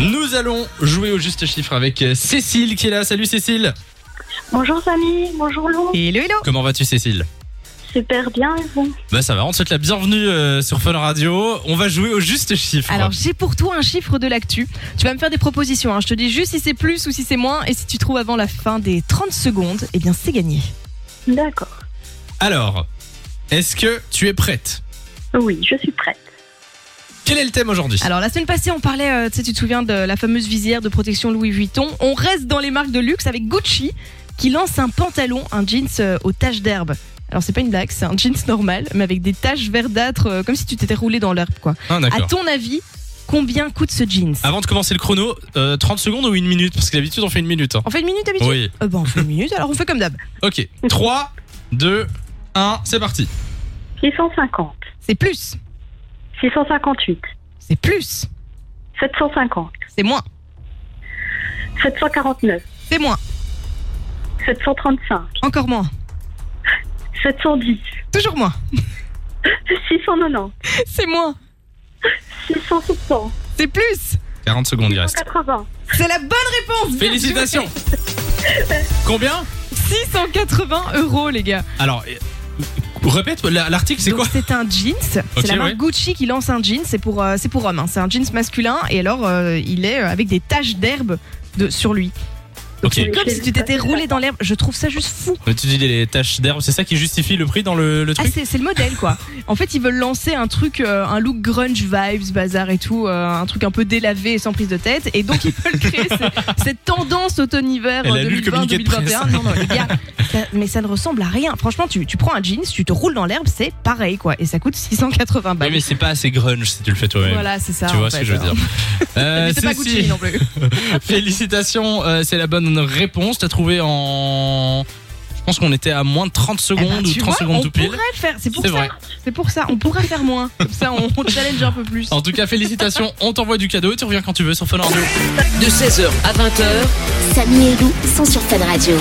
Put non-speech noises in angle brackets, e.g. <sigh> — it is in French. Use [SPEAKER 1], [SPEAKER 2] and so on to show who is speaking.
[SPEAKER 1] Nous allons jouer au juste chiffre avec euh, Cécile qui est là. Salut Cécile.
[SPEAKER 2] Bonjour Samy, bonjour Lou.
[SPEAKER 3] Hello, hello
[SPEAKER 1] Comment vas-tu Cécile
[SPEAKER 2] Super bien et vous
[SPEAKER 1] Bah ça va, on te souhaite la bienvenue euh, sur Fun Radio. On va jouer au juste chiffre.
[SPEAKER 3] Alors, j'ai pour toi un chiffre de l'actu. Tu vas me faire des propositions. hein. Je te dis juste si c'est plus ou si c'est moins. Et si tu trouves avant la fin des 30 secondes, eh bien, c'est gagné.
[SPEAKER 2] D'accord.
[SPEAKER 1] Alors, est-ce que tu es prête
[SPEAKER 2] Oui, je suis prête.
[SPEAKER 1] Quel est le thème aujourd'hui
[SPEAKER 3] Alors, la semaine passée, on parlait, euh, tu sais, tu te souviens de la fameuse visière de protection Louis Vuitton. On reste dans les marques de luxe avec Gucci qui lance un pantalon, un jeans euh, aux taches d'herbe. Alors, c'est pas une blague, c'est un jeans normal, mais avec des taches verdâtres, euh, comme si tu t'étais roulé dans l'herbe, quoi.
[SPEAKER 1] Ah,
[SPEAKER 3] À
[SPEAKER 1] D'accord. Ah.
[SPEAKER 3] ton avis, combien coûte ce jeans
[SPEAKER 1] Avant de commencer le chrono, euh, 30 secondes ou une minute Parce que d'habitude on fait une minute. hein.
[SPEAKER 3] On fait une minute d'habitude
[SPEAKER 1] Oui.
[SPEAKER 3] Euh, ben, on fait une minute, alors on fait comme d'hab.
[SPEAKER 1] Ok. 3, 2, 1, c'est parti.
[SPEAKER 2] 650,
[SPEAKER 3] C'est plus
[SPEAKER 2] 658,
[SPEAKER 3] C'est plus,
[SPEAKER 2] 750,
[SPEAKER 3] c'est moins,
[SPEAKER 2] 749,
[SPEAKER 3] c'est moins,
[SPEAKER 2] 735,
[SPEAKER 3] encore moins,
[SPEAKER 2] 710,
[SPEAKER 3] toujours moins,
[SPEAKER 2] 690,
[SPEAKER 3] c'est moins,
[SPEAKER 2] 670,
[SPEAKER 3] c'est plus.
[SPEAKER 1] 40 secondes, il reste.
[SPEAKER 2] 680,
[SPEAKER 3] C'est la bonne réponse. bien
[SPEAKER 1] Félicitations
[SPEAKER 3] joué.
[SPEAKER 1] Combien
[SPEAKER 3] 680 euros les gars.
[SPEAKER 1] Alors, euh, répète, la- l'article c'est
[SPEAKER 3] Donc,
[SPEAKER 1] quoi
[SPEAKER 3] C'est un jeans.
[SPEAKER 1] Ok,
[SPEAKER 3] c'est la marque
[SPEAKER 1] ouais.
[SPEAKER 3] Gucci qui lance un jeans. C'est pour, euh, c'est pour homme. hein. C'est un jeans masculin et alors euh, il est euh, avec des taches d'herbe de sur lui.
[SPEAKER 1] Ok.
[SPEAKER 2] Oui.
[SPEAKER 3] Comme
[SPEAKER 2] J'ai
[SPEAKER 3] si
[SPEAKER 2] vu
[SPEAKER 3] tu
[SPEAKER 2] ça,
[SPEAKER 3] t'étais
[SPEAKER 2] c'est
[SPEAKER 3] roulé dans l'herbe. Je trouve ça juste fou.
[SPEAKER 1] Mais Tu dis les taches d'herbe, c'est ça qui justifie le prix dans le, le
[SPEAKER 3] Ah,
[SPEAKER 1] truc
[SPEAKER 3] c'est c'est le modèle
[SPEAKER 1] <laughs>
[SPEAKER 3] quoi. En fait, ils veulent lancer un truc, euh, un look grunge vibes, bazar et tout, euh, un truc un peu délavé et sans prise de tête. Et donc ils veulent créer
[SPEAKER 1] <laughs>
[SPEAKER 3] ce- cette tendance automne-hiver
[SPEAKER 1] Elle a lu le communiqué de presse.
[SPEAKER 3] 2020-2021. Non, non, les gars, ça- mais ça ne ressemble à rien. Franchement, tu, tu prends un jeans, tu te roules dans l'herbe, c'est pareil quoi. Et ça coûte 680
[SPEAKER 1] Oui,
[SPEAKER 3] balles.
[SPEAKER 1] mais c'est pas assez grunge si tu le fais toi-même.
[SPEAKER 3] Bah Voilà, c'est ça.
[SPEAKER 1] Tu
[SPEAKER 3] en
[SPEAKER 1] vois ce
[SPEAKER 3] fait,
[SPEAKER 1] que je veux dire.
[SPEAKER 3] hein.
[SPEAKER 1] Euh,
[SPEAKER 3] Mais c'est pas
[SPEAKER 1] Cécile,
[SPEAKER 3] Gucci non plus.
[SPEAKER 1] Félicitations, euh, c'est la bonne réponse. T'as trouvé en. Je pense qu'on était à moins de 30
[SPEAKER 3] Eh
[SPEAKER 1] secondes
[SPEAKER 3] ben,
[SPEAKER 1] ou
[SPEAKER 3] tu
[SPEAKER 1] 30
[SPEAKER 3] vois,
[SPEAKER 1] secondes
[SPEAKER 3] on
[SPEAKER 1] tout pile.
[SPEAKER 3] pourrait le faire. C'est pour
[SPEAKER 1] C'est
[SPEAKER 3] ça.
[SPEAKER 1] vrai.
[SPEAKER 3] C'est pour ça. On pourrait faire moins. Comme ça, on, on challenge un peu plus.
[SPEAKER 1] En tout cas, félicitations, on t'envoie du cadeau et tu reviens quand tu veux sur Fun Radio.
[SPEAKER 4] de 16h à 20h.
[SPEAKER 5] Samy et Lou sont sur Fan Radio.